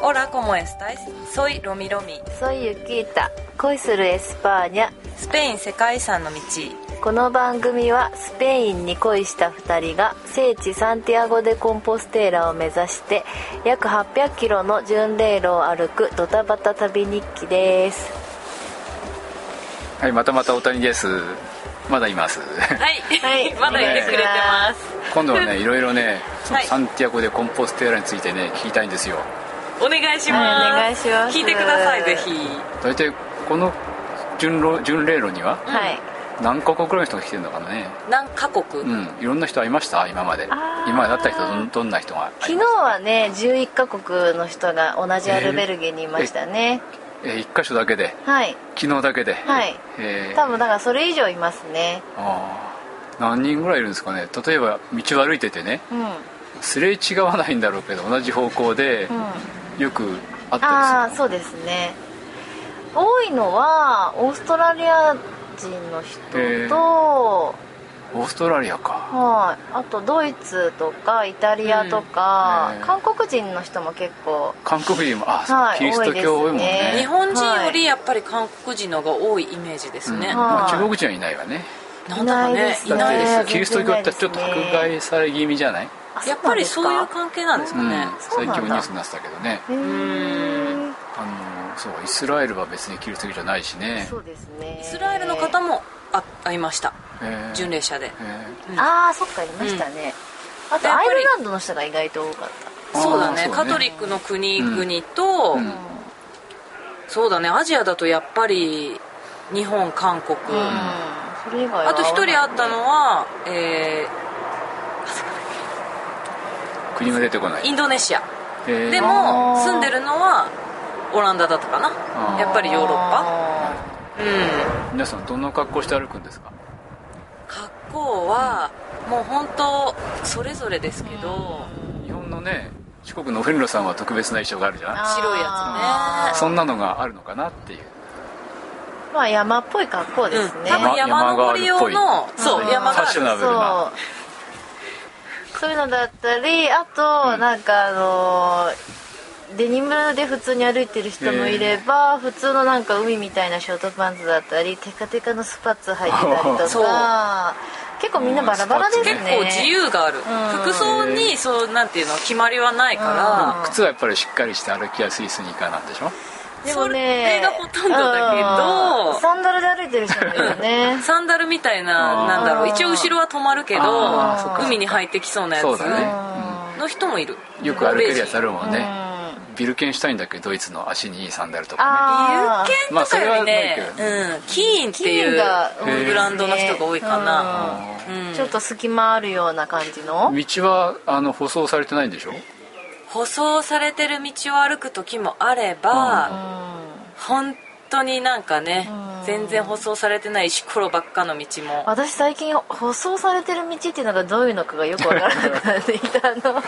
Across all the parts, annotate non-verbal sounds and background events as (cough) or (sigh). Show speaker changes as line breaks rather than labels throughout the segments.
Hola, ¿cómo estáis? Soy Romi Romi.
ソイユキータ恋するエスパーニャ
スペイン世界遺産の道。
この番組はスペインに恋した2人が聖地サンティアゴ・デ・コンポステーラを目指して約800キロの巡礼路を歩くドタバタ旅日記です
はい、またまた大谷です。まだいます。 (laughs)
はい。
はい
(laughs) まだいてくれてます。
今度は
(laughs)
ね、いろいろね、その
はい
サンティアゴでコンポステーラについてね、聞きたいんですよ。
お願いします。
はいお願いします
聞いてください、ぜひ。
大体、この巡路巡礼路には、
はい
何カ国くらいの人が来てるのかなね。
何カ国、
うん、いろんな人会いました、今まで
あ。ー
今まで会った人、どんどんな人が。
昨日はね11カ国の人が同じアルベルゲにいましたね
えー、一箇所だけで、
はい
昨日だけで。
はい
えー
多分だからそれ以上いますね
あー何人ぐらいいるんですかね。例えば、道を歩いててね、
うんうん
すれ違わないんだろうけど、同じ方向で、よく会った
あ
り
あ
する。
そうですね多いのはオーストラリア人の人と、
へーオーストラリアか。
はい、あとドイツとかイタリアとか、
うんえー
韓国人の人も結構
韓国人もあ、
はい
キリスト教多いもんね
多いですね
日本人よりやっぱり韓国人の方が多いイメージですね。
うん
はい
まあ、中国人はいないわね
なんだか
いない
ね
で、す
いないです。
だって
ね
キリスト教ってちょっと迫害され気味じゃない、
あ
やっぱりそういう
そ
関係なんですか
うん
ね。
そう
最
なんだ
近もニュースになってたけどね
うなんだ
あのそうイスラエルは別にキリスト教じゃないし
へー
ね
そうですね
イスラエルの方もあ会いました。
えー
巡礼者で。
え
うん
ああそっかいましたね、あと
やっぱ
ア
り
イルランドの人が意外と多かっ
ー
そうだ
あ
ね
ー
カトリックの国々と、
うん
そうだねアジアだとやっぱり日本韓国、
たうん、それ以外は
あと一人会ったのは、え
国が出てこない
ーインドネシア
えー
で
あ
も
ー
住んでるのはオランダだったか
あ
な
ー
やっぱりヨーロッパ
パ
うん
皆さんどんな格好して歩くんですか
格好はもう本当それぞれですけど
日本のね四国のお遍路さんは特別な衣装があるじゃない
白いやつね
そんなのがあるのかなっていう
まあ山っぽい格好です
うん
ね、
多分山登り用
山
のそう
うん
山
ファ
が
ッショナブルな
そうそういうのだったりあと、
うん
なんかあのーデニムで普通に歩いてる人もいれば、普通のなんか海みたいなショートパンツだったりテカテカのスパッツ履いてたりと
そう
か結構みんなバラバラですね
結構自由がある、
ん
服装にそうなんていうの決まりはないから、
靴はやっぱりしっかりして歩きやすいスニーカーなんでしょ
でも
それ
ね
がほとんどだけど
うんサンダルで歩いてる人もいるよ
(laughs)
ね
サンダルみたいな、
あー
なんだろう、一応後ろは止まるけ
あーそっかそっ
ど、
か
海に入ってきそうなや
そう
つ
だね
の人もいる。
よく歩けるやつあ
る。
るもん
うん
ね、ビルケンシュタインだっけドイツの足にいいサンダルとか
あー
ビュッケンとかよりね
まあ、そ
うん、キーンってい
キーンが多いです
う
ね
ブランドの人が多いかな。
うん
ね
うん
ちょっと隙間あるような感じの
道はあの舗装されてないんでしょ
舗装されてる道を歩く時もあれ
う
ば、
ん
本当になんかね
う、ん
全然舗装されてない石ころばっかの道も。
私最近舗装されてる道っていうのがどういうのかがよくわからなくなってき
(laughs)
たあの普通の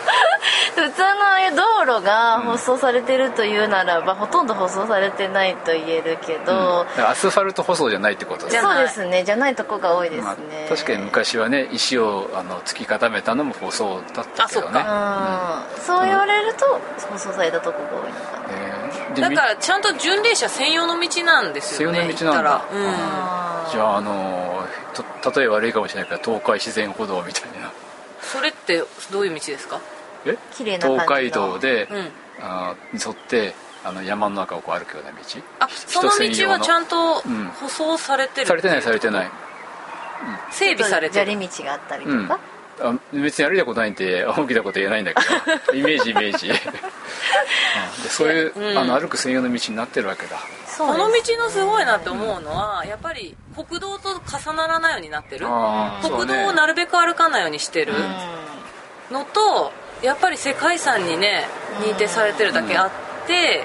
ああいう道路が舗装されてるというならば、ほとんど舗装されてないと言えるけど、
だからアスファルト舗装じゃないってこと
じゃ
ね
そう
ない
ですねじゃないとこが多いですね、
まあ確かに昔はね石をあの突き固めたのも舗装だったけどね
うん、そう言われると舗装されたとこが多いのかな、
えーで
だ
み
からちゃんと巡礼者専用の道なんですよね。
専用の道なんだ
行ったらうん。
じゃああのーと例え悪いかもしれないけど東海自然歩道みたいな
それってどういう道ですか
え
綺麗な感じの
東海道で、
うん。
あー沿ってあの山の中をこう歩くような道
あその道はちゃ
ん
んと
うん
舗装されてる
されてないされてない
整備されて
ちょ
る
っと砂利道があったりと
うん
か、
あ別に歩いたことないんで (laughs) 本気なこと言えないんだけどイメージイメ
(laughs)
ージうんでそういう、
うん
あの歩く専用の道になってるわけだ
そう
この
です
道のすごいなって思うのはやっぱり国道と重ならないようになってる
あーそう
国
ね
道をなるべく歩かないようにしてるのとやっぱり世界遺産にね認定されてるだけあって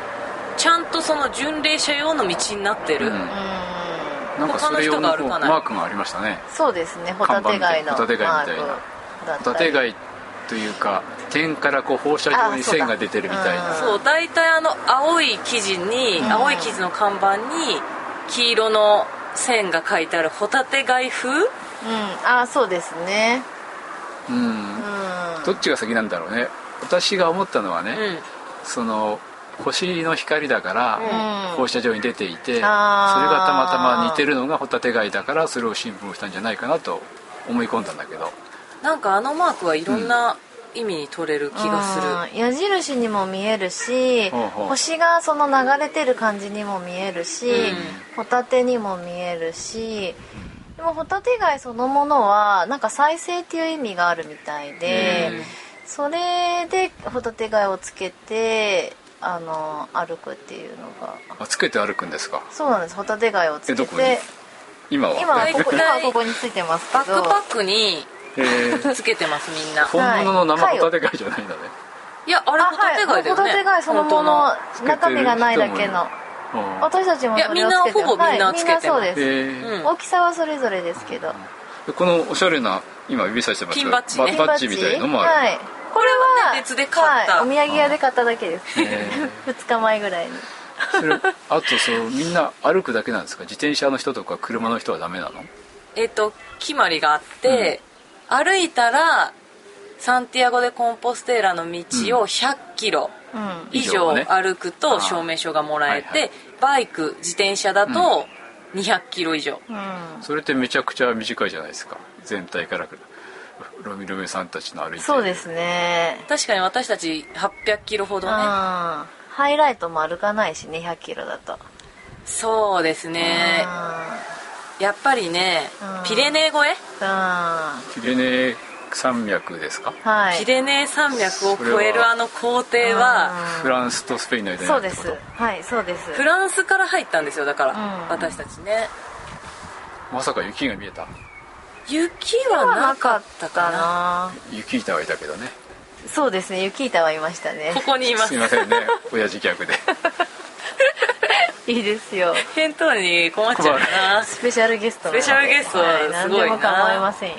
ちゃんとその巡礼者用の道になって
う
る
ん
うんうん
なんかそれ用の
他の人が歩か
こうマ
ない
ークがありましたね
そうですねホタテ貝の
看板みたいホタテ貝みたいな
マークだっ
ホタ
たり
テ貝というか点からこう放射状に線が出てるみたい
あ
な
そう大体あの青い生地に
ん
青い生地の看板に黄色の線が書いてあるホタテ貝風
うんああそうですね
う
うんん
どっちが先なんだろうね私が思ったのはね、
うん
その星の光だから、
うん
放射状に出ていてそれが
あー
たまたま似てるのがホタテ貝だからそれを新聞したんじゃないかなと思い込んだんだけど
なんかあのマークはいろんな意味に取れる気がする、
うん矢印にも見えるし
ほうほう
星がその流れてる感じにも見えるし、ホタテにも見えるしでもホタテ貝そのものはなんか再生っていう意味があるみたいで、
うん
それでホタテ貝をつけてあの歩くっていうのが
あつけて歩くんですか
そうなんですホタテ貝をつけ
えどこに
て
今は
今はここ
絶
今は
対
ここについてますけ
バッ
ど
クパックに
えー
つけてますみんな
本物の生ホタテ貝じゃないんだね、
(laughs) いやあれホタテ貝だよね
ホタテ貝そのも
本当
の
当の
中身がないだけ
つけてる人もい
の
るうん
私たちもそれをつけて
いやみんなほぼみんな
はい
つけてる
みんなそうです、
えー
うん
大きさはそれぞれですけど
でこのおしゃれな今指さしてますけ
金
ど
バッジね
ババッジみたいのもある、
はい、これは
はね別で買った
はい、お土産屋で買っただけです (laughs)
えー
2日前ぐらいに
それあとそうみんな歩くだけなんですか自転車の人とか車の人はダメなの
えっと決まりがあって、歩いたらサンティアゴ・でコンポステーラの道を100キロ
うん
以
以上
上
ね
歩く
あー
と証明書がもらえて、
はいはい
バイク自転車だと200キロ以上、
うん
それってめちゃくちゃ短いじゃないですか全体からロミロミさんたちの歩いてる
そうですね
確かに私たち800キロほ
う
ど
ん
ね、
ハイライトも歩かないしね1 0 0キロだと
そうですね、やっぱりね、
うん
ピレネー越
うん、うん、は
ピレネー山脈ですか、
え、
い
ピレネー山脈を越え
それ
る
は
あの工程は、
うん
フランスとスペインの間にあ
そう
る
で
ってこ
す
と
はいそうです
フランスから入ったんですよだから、
うん
私たちね
まさか雪が見えた
雪はなかったかな
な
雪板はいたけどね
そうですね雪板はいまし
(laughs)
たね
ここにいます
すいませんね親父ギャグで
いいですよ
返答に困っちゃうかな
スペシャルゲストなので
スペシャルゲストは
はい
すごいな
何でも構いませんよ、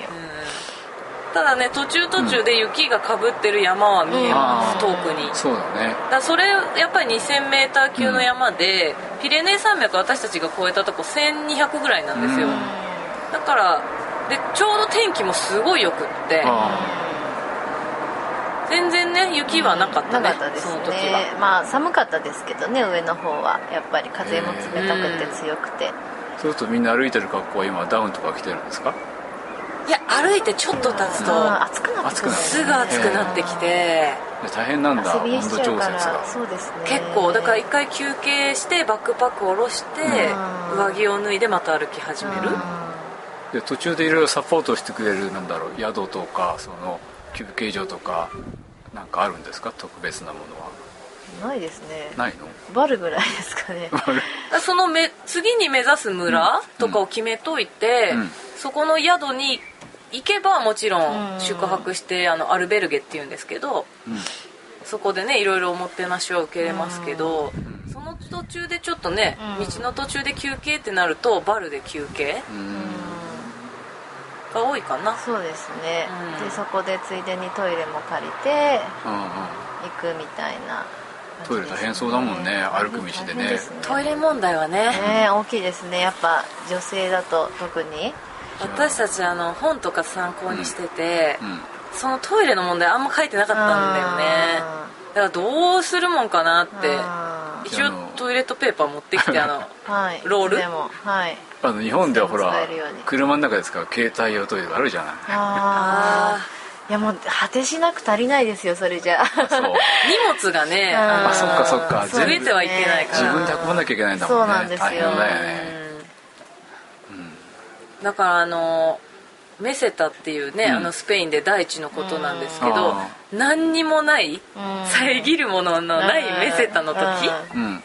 ただね途中途中で雪がかぶってる山は見えます、
うん
遠くに
そうだね
だからそれやっぱり 2000m 級の山で、ピレネー山脈私たちが越えたとこ1200ぐらいなんですよ、
う
だからでちょうど天気もすごいよくって
あ
全然ね雪はなかったね,、
なかったです
その時
ね
は
まあ寒かったですけどね上の方はやっぱり風も冷たくて強くて、
あそうするとみんな歩いてる格好は今ダウンとか着てるんですか
いや歩いてちょっと経つ
う
と
ん暑くなってくる、ね、
すぐ暑くなってきて
大変なんだ
汗
温
び
度
えしちゃう
調
か
節が
らそうですね
結構だから一回休憩してバックパックを下ろして
うん
上着を脱いでまた歩き始める
で途中でいろいろサポートしてくれるなんだろう宿とかその休憩所とかなんかあるんですか特別なものは
うんないですね
ないの
バルぐらいですか
(laughs)
ね
そのめ次に目指す村とかを決めといて、
うん
そこの宿に行けばもちろ
うん
ん宿泊してあのアルベルゲっていうんですけど
うん
そこでねいろいろおもてなしを受けれますけど、その途中でちょっとね、
うん
道の途中で休憩ってなるとバルで休憩
うん
が多いかな、
そうですね、
うん
でそこでついでにトイレも借りて
うんうん
行くみたいな
トイレ大変そうだもんね歩く道でね
トイレ問題はね、
ね大きいですねやっぱ女性だと特に
私たちあの本とか参考にしてて、
うん
そのトイレの問題あんま書いてなかったんだよねだからどうするもんかなって
あー
一応トイレットペーパー持ってきてあの
はい
ロール
いつでもはい
あの日本ではほ
使
ら
えるように
車の中で使う携帯用トイレがあるじゃない
あーいやもう果てしなく足りないですよそれじゃあ
そう
(laughs) 荷物がね
あー
の
あそっかそっ
そう
か
ですね
全部増えてはいけないか
自
ら
分で運ばなきゃいけないんだもんね
そうなんですよ
大変だよね
だからあのメセタっていうね、
うん
あのスペインで第一のことなんですけ
う
ど
んあ
何にもない
うん
(laughs) 遮るもののないメセタの時
う
うん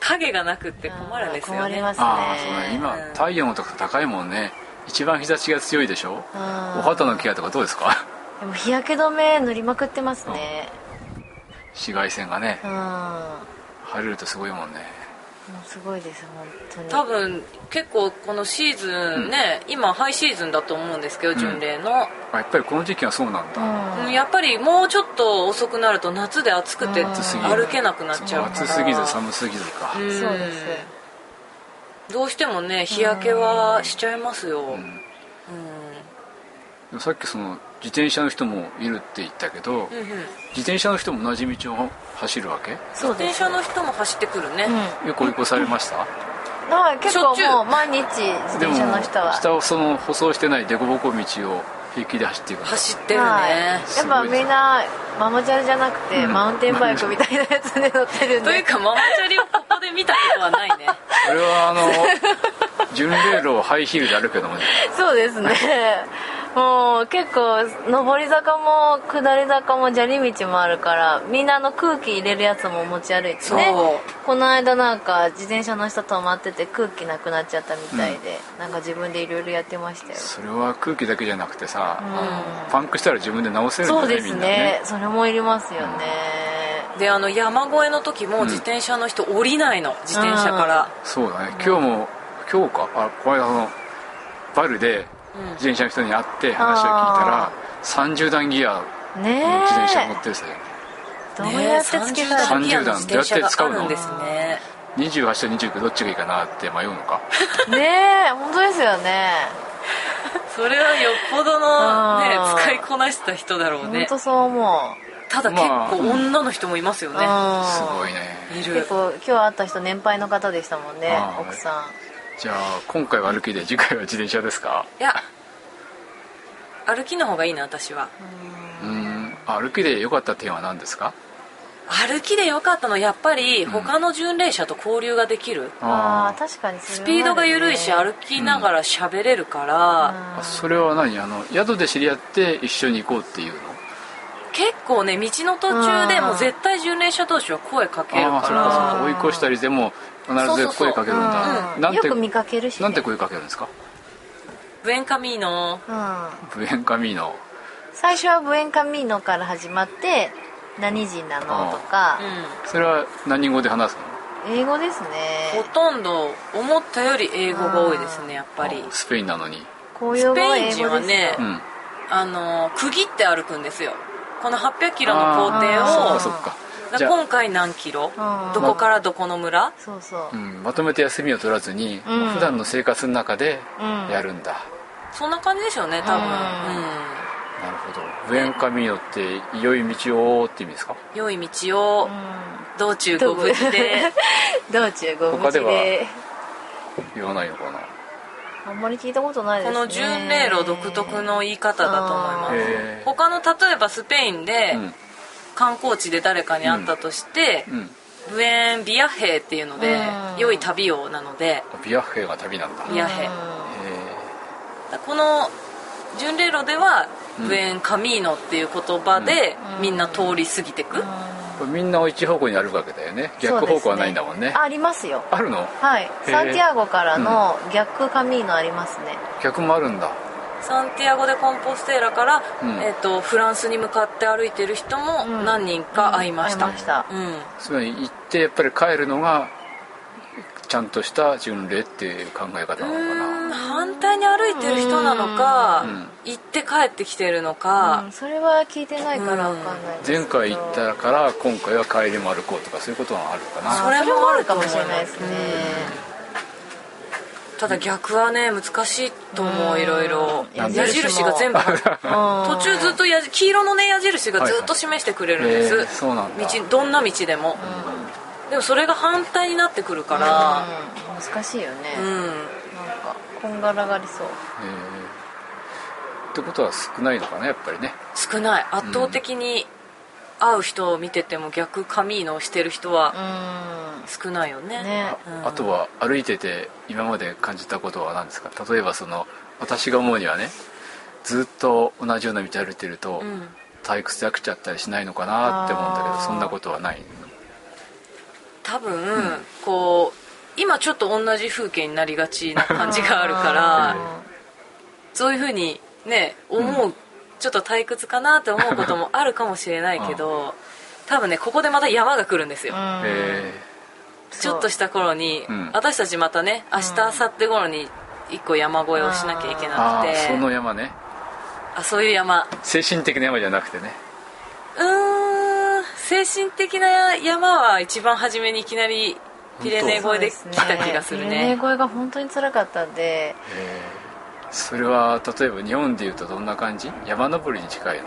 影がなくって困るんですよね
困りますね
ああそうだね今
うん
太陽のとこ高いもんね一番日差しが強いでしょ
う
お
ん
肌のケアとかどうですか
でも日焼け止め塗りまくってますね
紫外線がね
うんも
晴れるとすごいもんね
うすごいです本当に
多分結構このシーズンね、今ハイシーズンだと思うんですけど巡礼の、
あやっぱりこの時期はそうなんだ、
うん
うん
やっぱりもうちょっと遅くなると夏で暑くて
暑すぎ
歩
る
けなくなっちゃうから
暑すぎず寒すぎずか、
うん
そうです
どうしてもね日焼けはしちゃいますよ、うん
でもさっきその自転車の人もいるって言ったけど、
うんうん
自転車の人も同じ道を走るわけ
自転車の人も走ってくるね、
よく追い越されました、
はい結構
しょっちゅ
もう
う
毎日自転
でも
車の人は
下をその舗装してない凸凹道を平気で走っていくんだ
走ってるね、
はい、やっぱ
すごいです
みんなママチャリじゃなくて、
うん
マウンテンバイクみたいなやつで乗ってるん
とい
で
うかママチャリをここで見たことはないね
それはあ
(laughs)
の巡礼路をハイヒールで歩くのもね
そうですね (laughs) もう結構上り坂も下り坂も砂利道もあるからみんなあの空気入れるやつも持ち歩いて
そう
ねこの間なんか自転車の人止まってて空気なくなっちゃったみたいで、なんか自分でいろいろやってましたよ
それは空気だけじゃなくてさ、
う
パンクしたら自分で直せるんだね
そうです
み
ね
んなね
それもいりますよね、
であの山越えの時も
ん
自転車の人降りないの自転車から、
そうだね今日も今日かあこの間そのバルで
うん
自転車の人に会って話を聞いたら、30段ギア
ねえ
の自転車持ってる人だよね
どうやって付け替え
ね
30段自転車があるんです
どう
ね
28と29どっちがいいかなって迷うのか
ねえ本当ですよね
それはよっぽどの、ね
あー、
使いこなした人だろう
本
ね
当そう思
ただ結
まあ
構女の人もいますよ
う、
ね、
す
う
ご
ん
いね
いる
結構今日会った人年配の方でしたもんね
あー
奥さ
じゃあ今回は歩きで次回は自転車ですか
いや歩きの方がいいな私は
うんあ歩きで良かった点は何ですか
歩きで良かったのはやっぱり他の巡礼者と交流ができる、
んああ確かにス
スピードが緩いし歩きながら喋れるから、
あそれは何あの宿で知り合って一緒に行こうっていうの
結構ね道の途中で
うん
もう絶対巡礼者同士は声かける
ああーそっかそっ
か
か追い越したりでも必ず声かけるんだ
よく見
なんて
かけるし、ね、
なんて声かけるんですから
「ブエンカミーノ
うん、
ブエンカミーノ
最初はブエンカミーノから始まって何人なのとか」
う
それは何語で話すの
英語ですね
ん、ほとんど思ったより英語が多いですねやっぱり
あスペインなのに
公用語は英語で
ス
す
ペイン人
よ
はね
うん
あの区切って歩くんですよこの8 0 0キロの行程
あー
そ
を
っかそっか
だ
じ
から
ゃあ
今回何キロ
うん
どこからどこの村
そうそう
う、んまとめて休みを取らずに
うん
普段の生活の中で
うん
やるんだ
そんな感じでしょうね多分う
う
んん、
なるほどブエンカミーノって良い道を覆うって意味ですか
良い道を
うん、
道中ご無事で
道中ご無
他
事
では
で
言わないのかな
あんまり聞いたことないで
こ
すね
の巡礼路独特の言い方だと思いま
う
す
ん
へえ
他の例えばスペインで
うん
観光地で誰かに会ったとして、
うん
ブエンビアヘっていうので、
うん
良い旅をなので
ビアフェが旅なんだ
ビアヘ
うん
この巡礼路では、ブエンカミーノっていう言葉で、
うん
みんな通り過ぎてく、
これみんな一方向に歩くわけだよね逆方向はないんだもんね
あありますよ
あるの
はい
へー
サンティアゴからの逆カミーノありますね、
逆もあるんだ
サンティアゴ・でコンポステーラから、
うん
えっとフランスに向かって歩いてる人も
うん
何人か会いました、
会いました
うん
つまり行ってやっぱり帰るのがちゃんとした巡礼っていう考え方なのかな
うん反対に歩いてる人なのか、
うん
行って帰ってきてるの
う
か
ん、それは聞いてないからわかんないですけど
前回行ったから今回は帰りも歩こうとかそういうことはあるか
あ
な
それ
それも
も
あ
あ
る
るか
かも
も
し
し
れ
れ
な
ないい
で
ですす
ね
ね、ただ逆はね難しいと思
うん
ういろいろ
なん
矢
で
印が全部
途
途中ずっと矢印黄色のね矢印がずっと示してくれるんで
(laughs) はいはいへー
す、
そうなんだ
道どんな道でも、でもそれが反対になってくるから
難しいよね、
うん、
なんかこんがらがりそう
えーってことは少ないのかなやっぱりね
少ない圧倒的に会う人を見てても逆カミーノをしてる人は
う
少ないよね
んね
あ
うん
あとは歩いてて今まで感じたことは何ですか例えばその私が思うにはねずっと同じような道歩いてると、
うん
退屈で飽きちゃったりしないのかなって思うんだけ
あ
ど
ー
そんなことはない
多分、こう今ちょっと同じ風景になりがちな感じがあるからそういうふうにね思う、ちょっと退屈かなって思うこともあるかもしれないけど、多分ねここでまた山が来るんですよ、
ら
え
ちょっとした頃に、
うん
私たちまたね明日明後日頃に一個山越えをしなきゃいけ
ーあ
なく
あ
て
その山ね
あそういう山
精神的な山じゃなくてね
うーん精神的な山は一番初めにいきなりピレネ越えで来た気がするね
声が本当に辛かったんで
えーそれは例えば日本でいうとどんな感じ山登りに近いの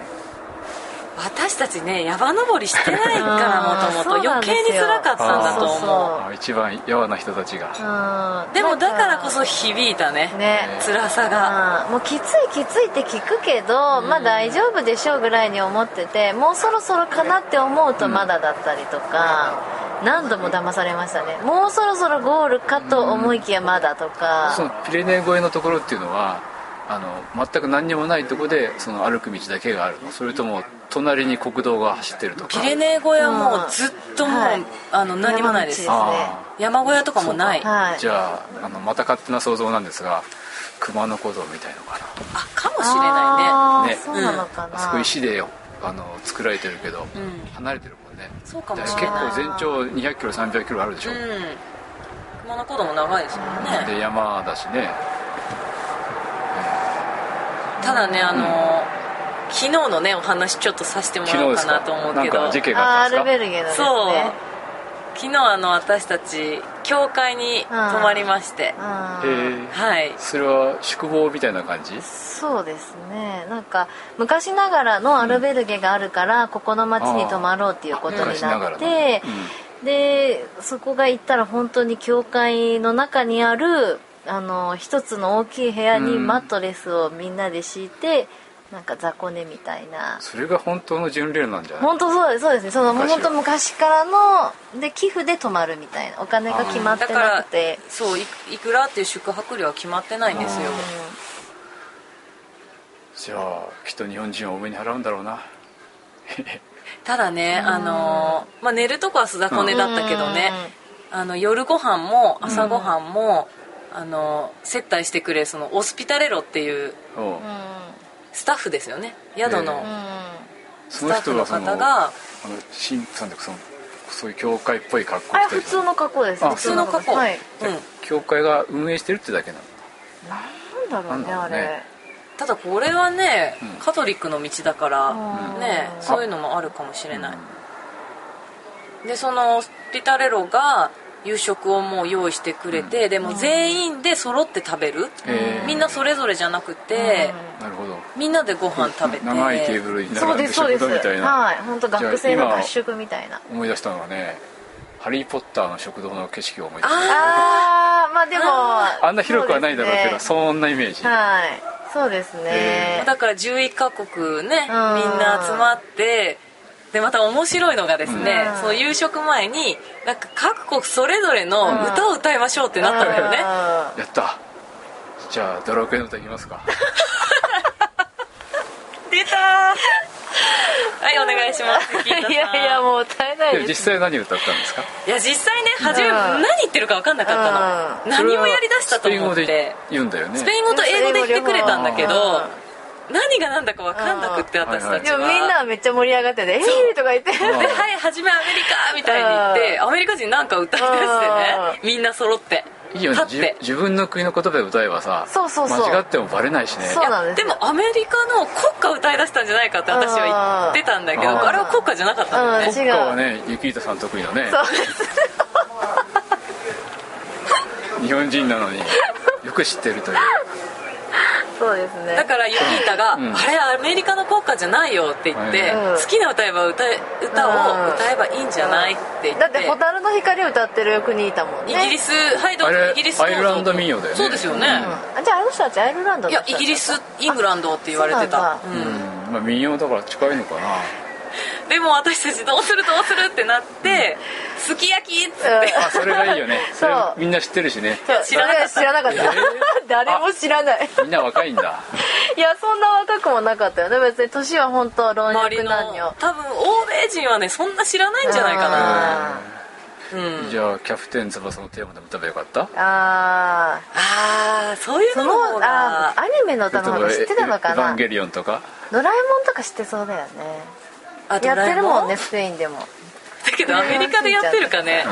私たちね山登りしてないから
あー
もと
(laughs) そ
も
う
と
なん
余
ですよ
計に辛かったんだと思う
そうそうそう
あ一番やわな人たちが
うん
でもだからこ
な
そ
ん
響いたね
ね
辛さが
うんもうきついきついって聞くけど、まあ大丈夫でしょうぐらいに思っててもうそろそろかなって思うとまだだったりとか、何度も騙されましたねもうそろそろゴールかと思いきやまだとか、
そのピレネー越えのところっていうのはあの全く何にもないところでその歩く道だけがあるのそれとも隣に国道が走ってるとか
ピレネー小屋もうずっともう、
はい
あの何もないです
山道
あ
山小屋とかもないあ
あ
はい
じゃああのまた勝手な想像なんですが熊野古道みたいのか
かもしれな
あー
ね
そうなのか
な
な、
あそこ石でよあの作られてるけど、
いね
離れてるもんね
うんそうかも
だ
し
か
れ
ら
ない
結構全長2 0 0キロ3 0 0キロあるでしょ、
うん熊野古道も長いですもんね
で山だしね
ただねあのー昨日のねお話ちょっとさせても
昨
ら
日
おう
で
か
す
な
か
と思う
なん
けど
か事件が
あ
あ
ア
った
ル
んで
ベ
すか
ルゲのですね
そう昨日あの私たち教会に泊まりまして
うん
へえ
はい
それは宿坊みたいな感じ
そうですねなんか昔ながらのアルベルゲがあるから、ここの町に泊まろうっていうことに
昔なが
なっ
らの
て、
うん
でそこが行ったら本当に教会の中にあるあの一つの大きい部屋に
うん
マットレスをみんなで敷いて、なんか雑魚寝みたいな
それが本当の巡礼なんじゃない
本当そうですそうですねその
昔は
本当昔からので寄付で泊まるみたいなお金が決まって
だから
なくて
そういいくらっていう宿泊料は決まってないんですよ
じゃあきっと日本人は多めに払うんだろうな
ただねあのー、まあ、寝るとこは須田小根だったけどねあの夜ご飯も朝ご飯も、あのー接待してくれるそのオスピタレロっていう
おう
うんうん
スタッフですよね宿の
うん
そ
ス
の
タッフ
人は
の
その
方が
あの神父さんでそのそういう教会っぽい格好
あれ
して
普
る
通の加工です
あ
普通の過去、
はい
うん、
教会が運営してるってだけなの
なんだろうね
な
あ
んだろうね
れ
ただこれはね、
うん
カトリックの道だから、
うん
ね
うん
そういうのもあるかもしれない、でそのピタレロが夕食をもう用意してくれて、でも全員で揃って食べる、
へー
みんなそれぞれじゃなくて、
なるほど
みんなでご飯食べて、
長いテーブルに
そ
並
うんで
です
そうで
食
す
堂みたいな
はい本当学生の合宿みたいな
思い出したのはね「ハリー・ポッター」の食堂の景色を思い出した
あ
あーまあでも
あんな広くはないだろうけど
そ
そんなイメー
うで
ジ
すねはいそうです
あ
ね
だから11カ国ねみん
うん
な集まってでまた面白いのがですね、
うん
そう夕食前になんか各国それぞれの歌を歌いましょうってなったんだよね、
やったじゃあドラクエの歌いきますか
出
(laughs)
たーはいお願いします
うんいやいやもう歌えない
で
です
実際何歌ったんですか
いや実際ね初め
うん
何言ってるか分かんなかったの
それ
何
は
をやりだしたと思っ
スペイン語
て
で言うんだよね
スペイン語と英語で言ってくれたんだけど
うん
何が何だか分かんなくって
ん
私たち
で
は
もみんなはめっちゃ盛り上がってて「えー!」とか言って
うん
ではい初めアメリカ」みたいに言ってアメリカ人なんか歌い出してねみんな揃って
いいよね
立っ
じ
て
自分の国の言葉で歌えばさ
そうそうそう
間違ってもバレないしね
そうなんです
でもアメリカの国歌歌い出したんじゃないかって私は言ってたんだけ
う
ど
ん
あれは国歌じゃなかったんだよ
うん
ね
違う
国歌はねユキイタさん得意のね
そうです
日本人な
(laughs)
のによく知ってるという
そうですね
だからユキータが「
うん
あれアメリカの国歌じゃないよ」って言って、
うん
好きな歌えば歌え歌を歌えばいいんじゃないって言って
だって「蛍の光」歌ってる国いたもん
イ
ね
ギリ
ス
スはいどう
あ
ぞ
れ
イギリスどうぞ
アイルランド民謡だよね
そうですよね、
じゃああの人たちアイルランド
いやイギリ
ス
スイングランドって言われてた
あ
う
そ
ん
うんまあ民謡だから近いのかな
でも私たちどうするどうするってなって「すき焼き」っつって、
あそれがいいよね
(laughs)
そ
そ
れ
う
みんな知ってるしね
知らなかった
知らなかった、 (laughs) 誰も知らない
みんな若いんだ
いやそんな若くもなかったよね別に年は本当老
周りの
若男女
多分欧米人はねそんな知らないんじゃないかな
あ
うん
じゃあキャプテン翼のテーマでも歌えばよかった
ーあ
あーそうい
ー
う
そ
の
の
の方
あ
が
ーアニメの歌の方が知ってたのか
エヴァ
な
ンゲリオンとか
ドラえもんとか知ってそうだよね
あ
やってるも
ドラえ
んねスペインでも
だけどアメリカでやってるかね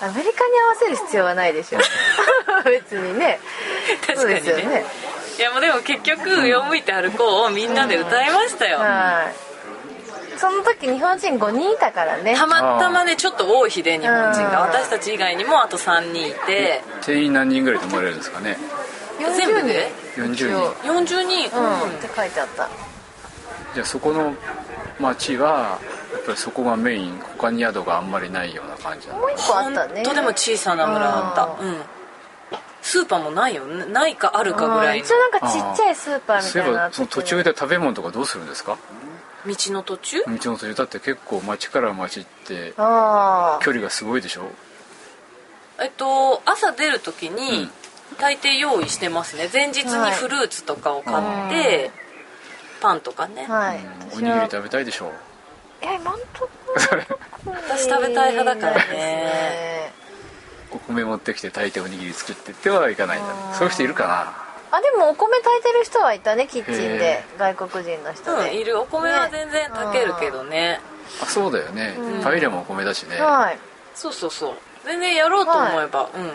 アメリカに合わせる必要はない
(laughs)
でしょ別にね
確
そ
か
う
に
ですよ
ね
ね
いやもうでも結局「上向いて歩こう」をみんなで歌いましたよ、
はいその時日本人5人いたからね
たまたまねちょっと多い日で日本人が
うん
私たち以外にもあと3人いて
定員何人ぐらい泊まれるんですかね
全部で
40人
一応
40人、
うん、
うん
って書いてあった
じゃあそこの町はやっぱりそこがメイン他に宿があんまりないような感じなの
もう一個あったね
本当でも小さな村だった、うん、スーパーもないよなないかあるかぐらいの
一応なんかちっちゃいスーパーみ
そ
た
うい
い
え
な
ばその途中で食べ物とかどうするんですか
道の途中
道の途中だって結構町から町って
ああ
距離がすごいでしょ
えっと朝出る時に
ん
大抵用意してますね前日
は
に
い
フルーツとかを買って、パンとかね、
はい
おにぎり食べたいでしょ
いや今んとこ
私食べたい派だからね
お米持ってきて炊いておにぎり作ってってはいかないんだ
あー
ねそういう人いるか
あでもお米炊いてる人はいたねキッチンで
へ
外国人の人
うん、い
で、
るお米は全然炊けるけどね
なあそうだよね、パエリアもお米だしね、
はい
そうそうそう全然やろうと思えば、うん
うん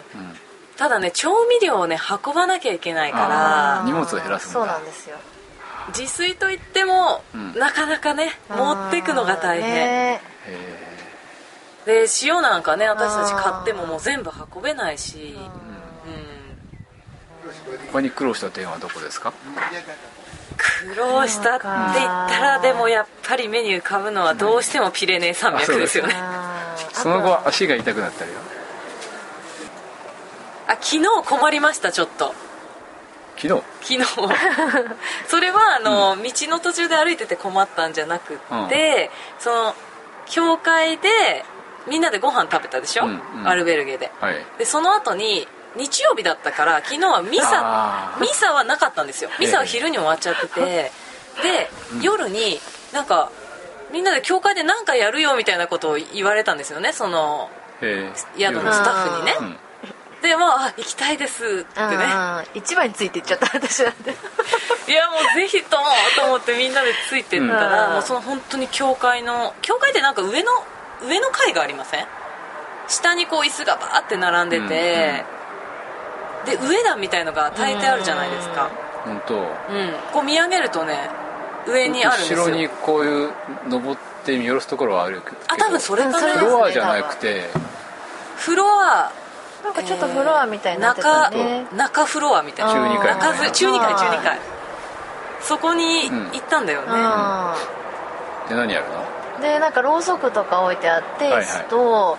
ただね調味料をね運ばなきゃいけない
あ
か
ー荷物を減らすんだ
そうなんですよ
ら自炊といっても、
うん
なかなかね持ってくのが大変、
ね
へ
で塩なんかね私たち買ってももう全部運べないしうん
え他に苦労した点はどこですか
苦労したって言ったらでもやっぱり目に浮かぶのはどうしてもピレネー山
あ
脈
そう
で
ですす
よね
あー
その後
あ
は
と
足が痛くなったりよ
あ昨日困りましたちょっと
昨日
昨
(laughs)
日それはあの、道の途中で歩いてて困ったんじゃなくって、その教会でみんなでご飯食べたでしょ、
うんうん
アルベルゲで
はい
でその後に日曜日だったから昨日はミサ
あー
ミサはなかったんですよミサは昼に終わっちゃってて、で夜になんかみんなで教会で何かやるよみたいなことを言われたんですよねその
ええ
宿のスタッフにね、
うん
でまああ行きたいですって (laughs) ね
あー一番についていっちゃった (laughs) 私なんて
いやもうぜひともと思ってみんなでついてったら、
うん
もうその本当に教会の教会ってなんか上の上の階がありません下にこう椅子がバーって並んでて、で上段みたいのが大抵あるじゃないですか
本当
うん、こう見上げるとね上にあるんですよ
後ろにこういう登って見下ろすところあるけど
あ多分それか
うんそれ
な
です
フロアじゃなくて
フロア
なんかちょっとフロアみたいになってた
中
ね、
中フロアみたいな
中
二階
中フ中2階中2階そこに
うん
行ったんだよね、
あー
で何やるの
でなんかろうそくとか置いてあって、
はいはい
と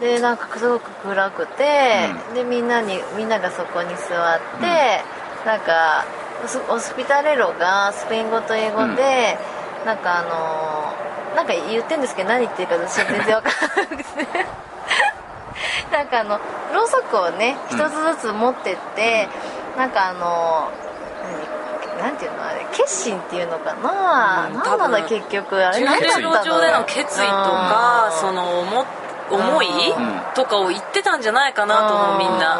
でなんかすごく暗くて、
う
でみんなにみんながそこに座って、なんかオスオスピタレロがスペイン語と英語で、なんかあのーなんか言ってんですけど何言ってるか私は全然わからなくて (laughs) なんかあのろうそくをね一
うん
つずつ持ってって、なんかあのー何なんていうのあれ決心っていうのかな、
うん
なんなん
多
だ
分
結局あれ
巡
何だった
礼
の
路上での決意とかその思思い
ん
とかを言ってたんじゃないかなと思うみんな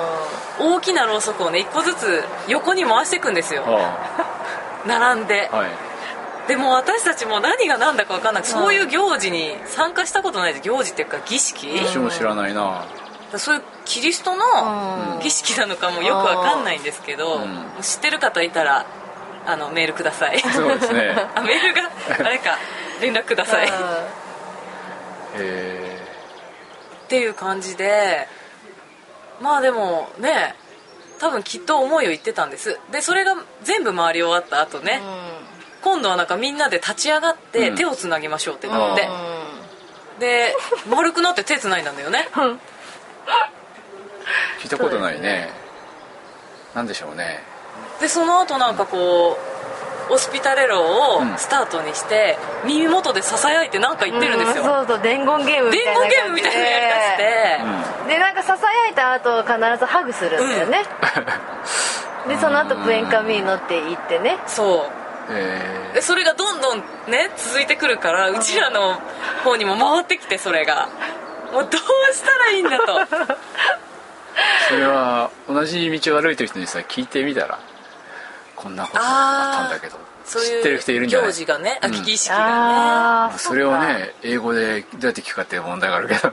大きなろうそくをね一個ずつ横に回していくんですよ
あ
並んで
あはい
でも私たちも何が何だか分かんなくてそういう行事に参加したことないです行事っていうか儀式
私も知らないな
そういうキリスト
う
の
ん
儀式なのかもよく分かんないんですけど
うん
もう知ってる方いたらあのメールください
そうですね
(laughs) あメールがあれか連絡ください
え
っていう感じでまあでもね多分きっと思いを言ってたんですでそれが全部回り終わった後ね、今度はなんかみんなで立ち上がって
うん
手をつなぎましょうってなって、
う
で丸くなって手つないだんだよね
ー聞いたことない
そうです
ねなんでしょうね
でその後なんかこうオスピタレロをスタートにして、耳元でささやいてなんか言ってるんですよ、
そうそう伝言ゲームみ
伝
たいな
言ゲームみたいなのやりだして、
う
でなんかささやいた後必ずハグするんだよね、 (laughs) でその後プエンカミーノって言ってね
そう
え
でそれがどんどんね続いてくるからうちらの方にも回ってきてそれがもうどうしたらいいんだ
(laughs)
と
ーそれは同じ道を歩いてる人にさ聞いてみたらこんなことあったんだけど
そう
知ってる人い
い
る
うん
じゃな
行
い
事がね
うん
秋儀式がね、
ー
それを
っか
ね英語でどうやって聞くかっていう問題があるけど
い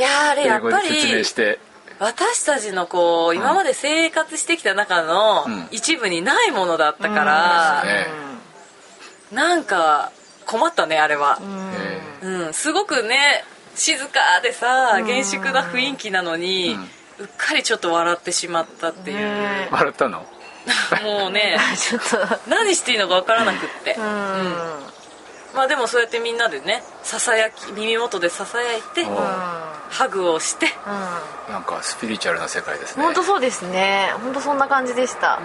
やーあれや
英
っ
語
ぱ
で
り
説明して
私たちのこう今まで生活してきた中の
うん
一部にないものだったから、
ね
なんか困ったねあれは
う、ん
え
うん、すごくね静かでさ厳粛な雰囲気なのに、
うん
うっかりちょっと笑ってしまったっていう、
ね
笑ったの
もうね
(laughs) ちょっと
何していいのか分からなくって、
うん、
まあでもそうやってみんなでねささやき耳元でささやいて
お
ハグをして
う
なんかスピリチュアルな世界です
ん、
ね
本当そうですね本当そんな感じでした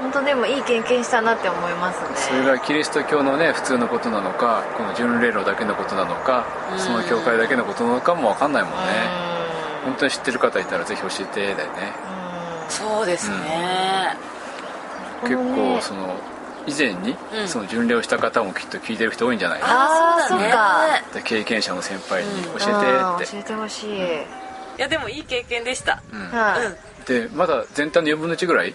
本当でもいい経験したなって思いますね
それがキリスト教のね普通のことなのかこの巡礼路だけのことなのか
うん
その教会だけのことなのかも分かんないもんね
うん
本当に知ってる方いたらぜひ教えてだよね
そうですね、
結
うん
構その以前に
うん
その巡礼をした方もきっと聞いてる人多いんじゃない
あー
そうだね
で経験者の先輩に教えて
うん
って
教えてほしい、
いやでもいい経験でした、
うん
はい、
でまだ全体の4分の1ぐらい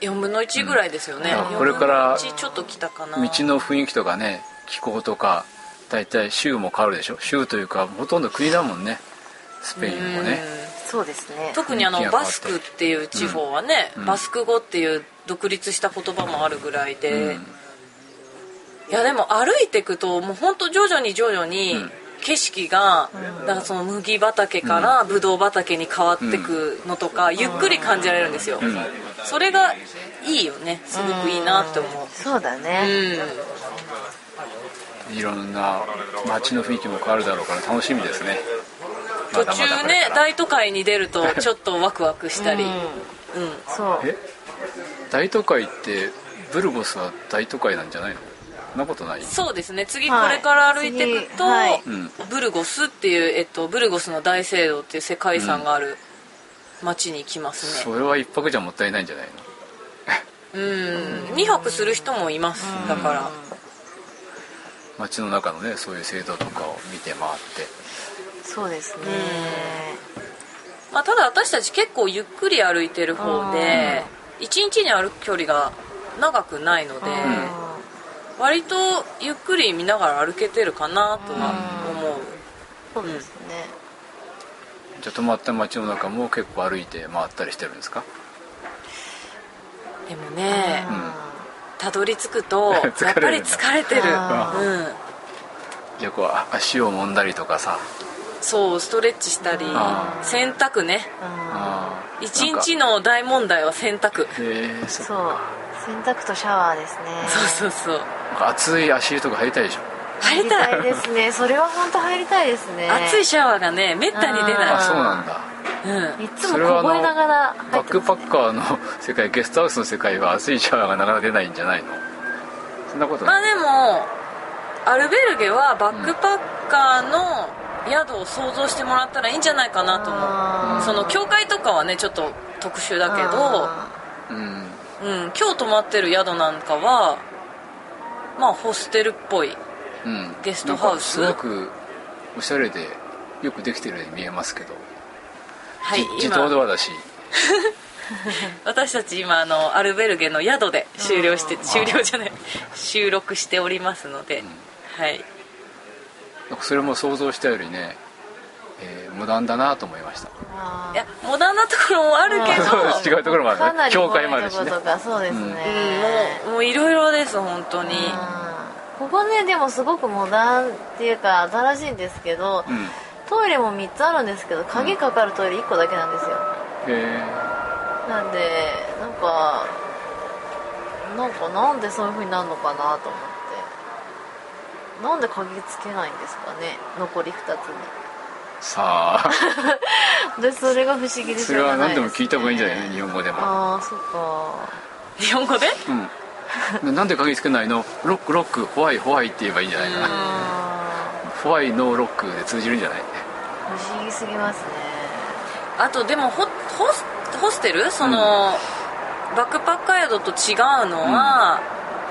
4分の1ぐらいですよね、
うん
四
あ
分
これから
の1ちょっと来たかな
道の雰囲気とかね気候とか大体州も変わるでしょ州というかほとんど国だもんねスペインもね
そうですね
特にあ
雰囲気
の
が変わ
バ
って
スクっていう地方はね、
うん
バスク語っていう独立した言葉もあるぐらいで、
うん
いやでも歩いていくともう本当徐々に徐々に
うん
景色が、だからその麦畑からブドウ畑に変わってくのとか、ゆっくり感じられるんですよ、
ん
それがいいよねすごくいいなって思う
そうだ
うん、
ね、
いろんな街の雰囲気も変わるだろうから楽しみですね
途
まだまだ
中
これ
ね
から
大都会に出るとちょっとワクワクしたり、
う
うんん
そう
え大都会ってブルゴスは大都会なんじゃないのそんなことない
そうですね次こ
はい
れから歩いていくと、
次はい
うん
ブルゴスっていう、えっと、ブルゴスの大聖堂っていう世界遺産がある町に来ますね
それは一泊じゃもったいないんじゃないの
うん2泊する人もいますだから
街の中のねそういう制度とかを見て回って
そうですね、
まあ、ただ私たち結構ゆっくり歩いてる方で1日に歩く距離が長くないので割とゆっくり見ながら歩けてるかなとは思う
そうですね、
じゃあ泊まった街の中も結構歩いて回ったりしてるんですか
でもね
うん
たどり着くと
(laughs) 疲れるんだ
やっぱり疲れてる
あ
うん
じゃあこうあ足を揉んだりとかさ
そうストレッチしたり
あ
洗濯ね
あー
1
なん
日の大問題は洗濯
かえー、そっ
そ
か
う洗濯とシャワーですね
そうそうそう
なんか熱い足湯とか入りたいでしょ
入りた
た
い
いですねそれは本当入りたいですね
熱いシャワーがねめったに出
あ
あ
な
そうなんだ
いうん
いつも凍えながら入
バ
っ
ッ
て
ク
ます、
パ
ね、
ッカーの世界ゲストハウスの世界は熱いシャワーがなかなか出ないんじゃないのそんなこと
ま
な
あ
い、
でもアルベルゲはバックパッカーの宿を想像してもらったらいいんじゃないかなと思
あ
う、
ー
その教会とかはねちょっと特殊だけ
あ
うん
ど、うん、今日泊まってる宿なんかはまあホステルっぽい
うん、
ゲストハウス
なんかすごくおしゃれでよくできてるように見えますけど、
はい
じ自動ド
今
アだし
私たち今あのアルベルゲの宿で終了して
あ
終了じゃない収録しておりますので、はい
なんかそれも想像したよりね、えー無断だなと思いました
あ
いやモダンなところもあるけど
そうです違うところもあ
か
る
な
ね
り
教
怖
会
い
もあるし
とこ
ね
とかそうですね、
うんもうもういろいろです本当に
ここねでもすごくモダンっていうか新しいんですけど、
うん
トイレも3つあるんですけど鍵かかるトイレ1個だけなんですよ、
え
なんでなんかなんかなんでそういう風になるのかなと思ってなんで鍵つけないんですかね残り2つ
ー
(laughs)
さあ
にでそれが不思議でし
そ
ょう
れは
がない
何
す
で
ね
も聞いた方がいいんじゃないの日本語でも
ああそっか
日本語で
うんなんで鍵つけないのロックロックホワイホワイって言えばいいんじゃないかな
あ
ホワイノーロックで通じるんじゃない
ー不思議すぎますね
あとでもホホスホステルその、バックパッカー宿と違うのは、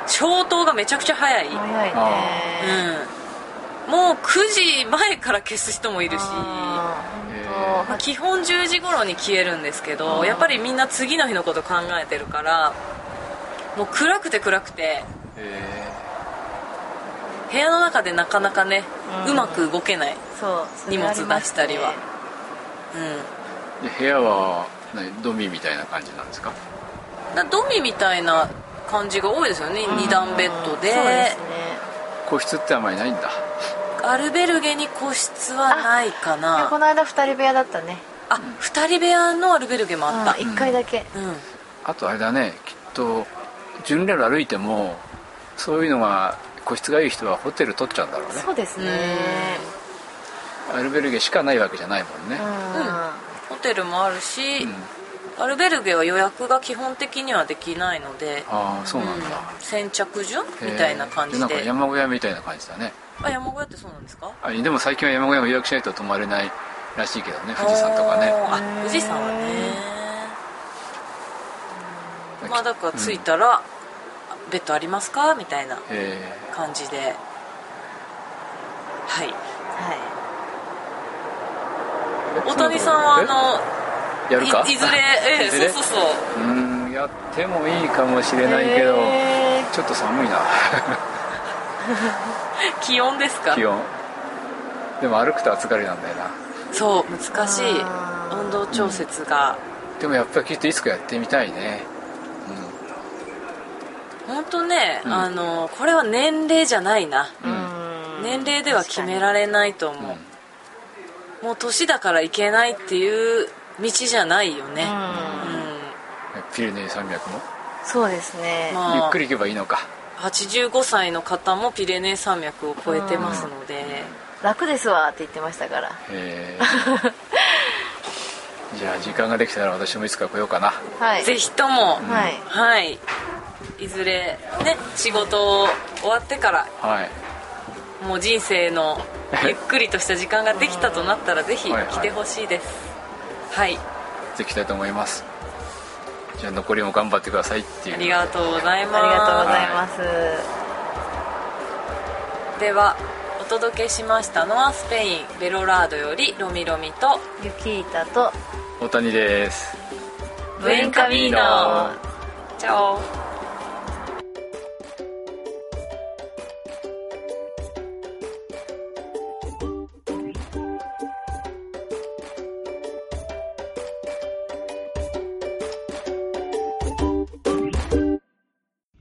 消灯がめちゃくちゃ早い、うん
早いね
あ
もう9時前から消す人もいるし
あ
え
ー
まあ基本10時頃に消えるんですけどやっぱりみんな次の日のこと考えてるからもう暗くて暗くて
ーえ
部屋の中でなかなかね、
う
うんまく動けない、
そうそれありますね
荷物出したりは
ーで部屋は何ドミみたいな感じなんですか
うん、だドミみたいな感じが多いですよね、二段ベッドで
そうですね
個室ってあんまりないんだ
アルベルゲに個室はないか
いやこ
な
の間2人部屋だったね
あ二人部屋のアルベルゲもあった
1回だけ
うん
あとあれだねきっと巡礼路歩いてもそういうのが個室がいい人はホテル取っちゃうんだろうね
そうですね
アルベルゲしかないわけじゃないもんね
うん、
ホテルもあるし、
うん
アルベルゲは予約が基本的にはできないので
ああそうなんだ、
うん先着順
へえ
みたいな感じ
なん
で
か山小屋みたいな感じだね
あ山小屋ってそうなんですか
あでも最近は山小屋を予約しないと泊まれないらしいけどね富士山とかね
おーあ富士山はねまあだから着いたら、ベッドありますかみたいな
え
感じではい
は
ー
大谷さんはあ
えや
の
るか
いい
(laughs)
ずれええ
いずれ
そうそうそう
うーんやってもいいかもしれないいけど、
へ
ちょっと寒いな
気温ですか
気温でも歩くと暑がりなんだよな
そう難しい
あー
温度調節が、
でもやっぱりきっといつかやってみたいね
本当ね、
うん
あのこれは年齢じゃないな、
う
ー
ん、
いう
年
ん
齢では決められないと思
うん
う、もう年だからいけないっていう道じゃないよね
う
うん、
ん
ピレネー山脈も
そうですね
まあ
ゆっくり行けばいいのか
85歳の方もピレネー山脈を越えてますので、
楽ですわって言ってましたから
えーじゃあ時間ができたら私もいつか来ようかな
はい
ぜひとも、
はい
はいいずれね仕事を終わってから
はい
もう人生のゆっくりとした時間ができたとなったらぜひ来てほしいですはい、
行ってきたいと思いますじゃあ残りも頑張ってくださいっていう
ありがとうございます
ありがとうございます、
ではお届けしましたのはスペインベロラードよりロミロミと
ユキータと
大谷です
ブエンカミーノチャオ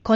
こ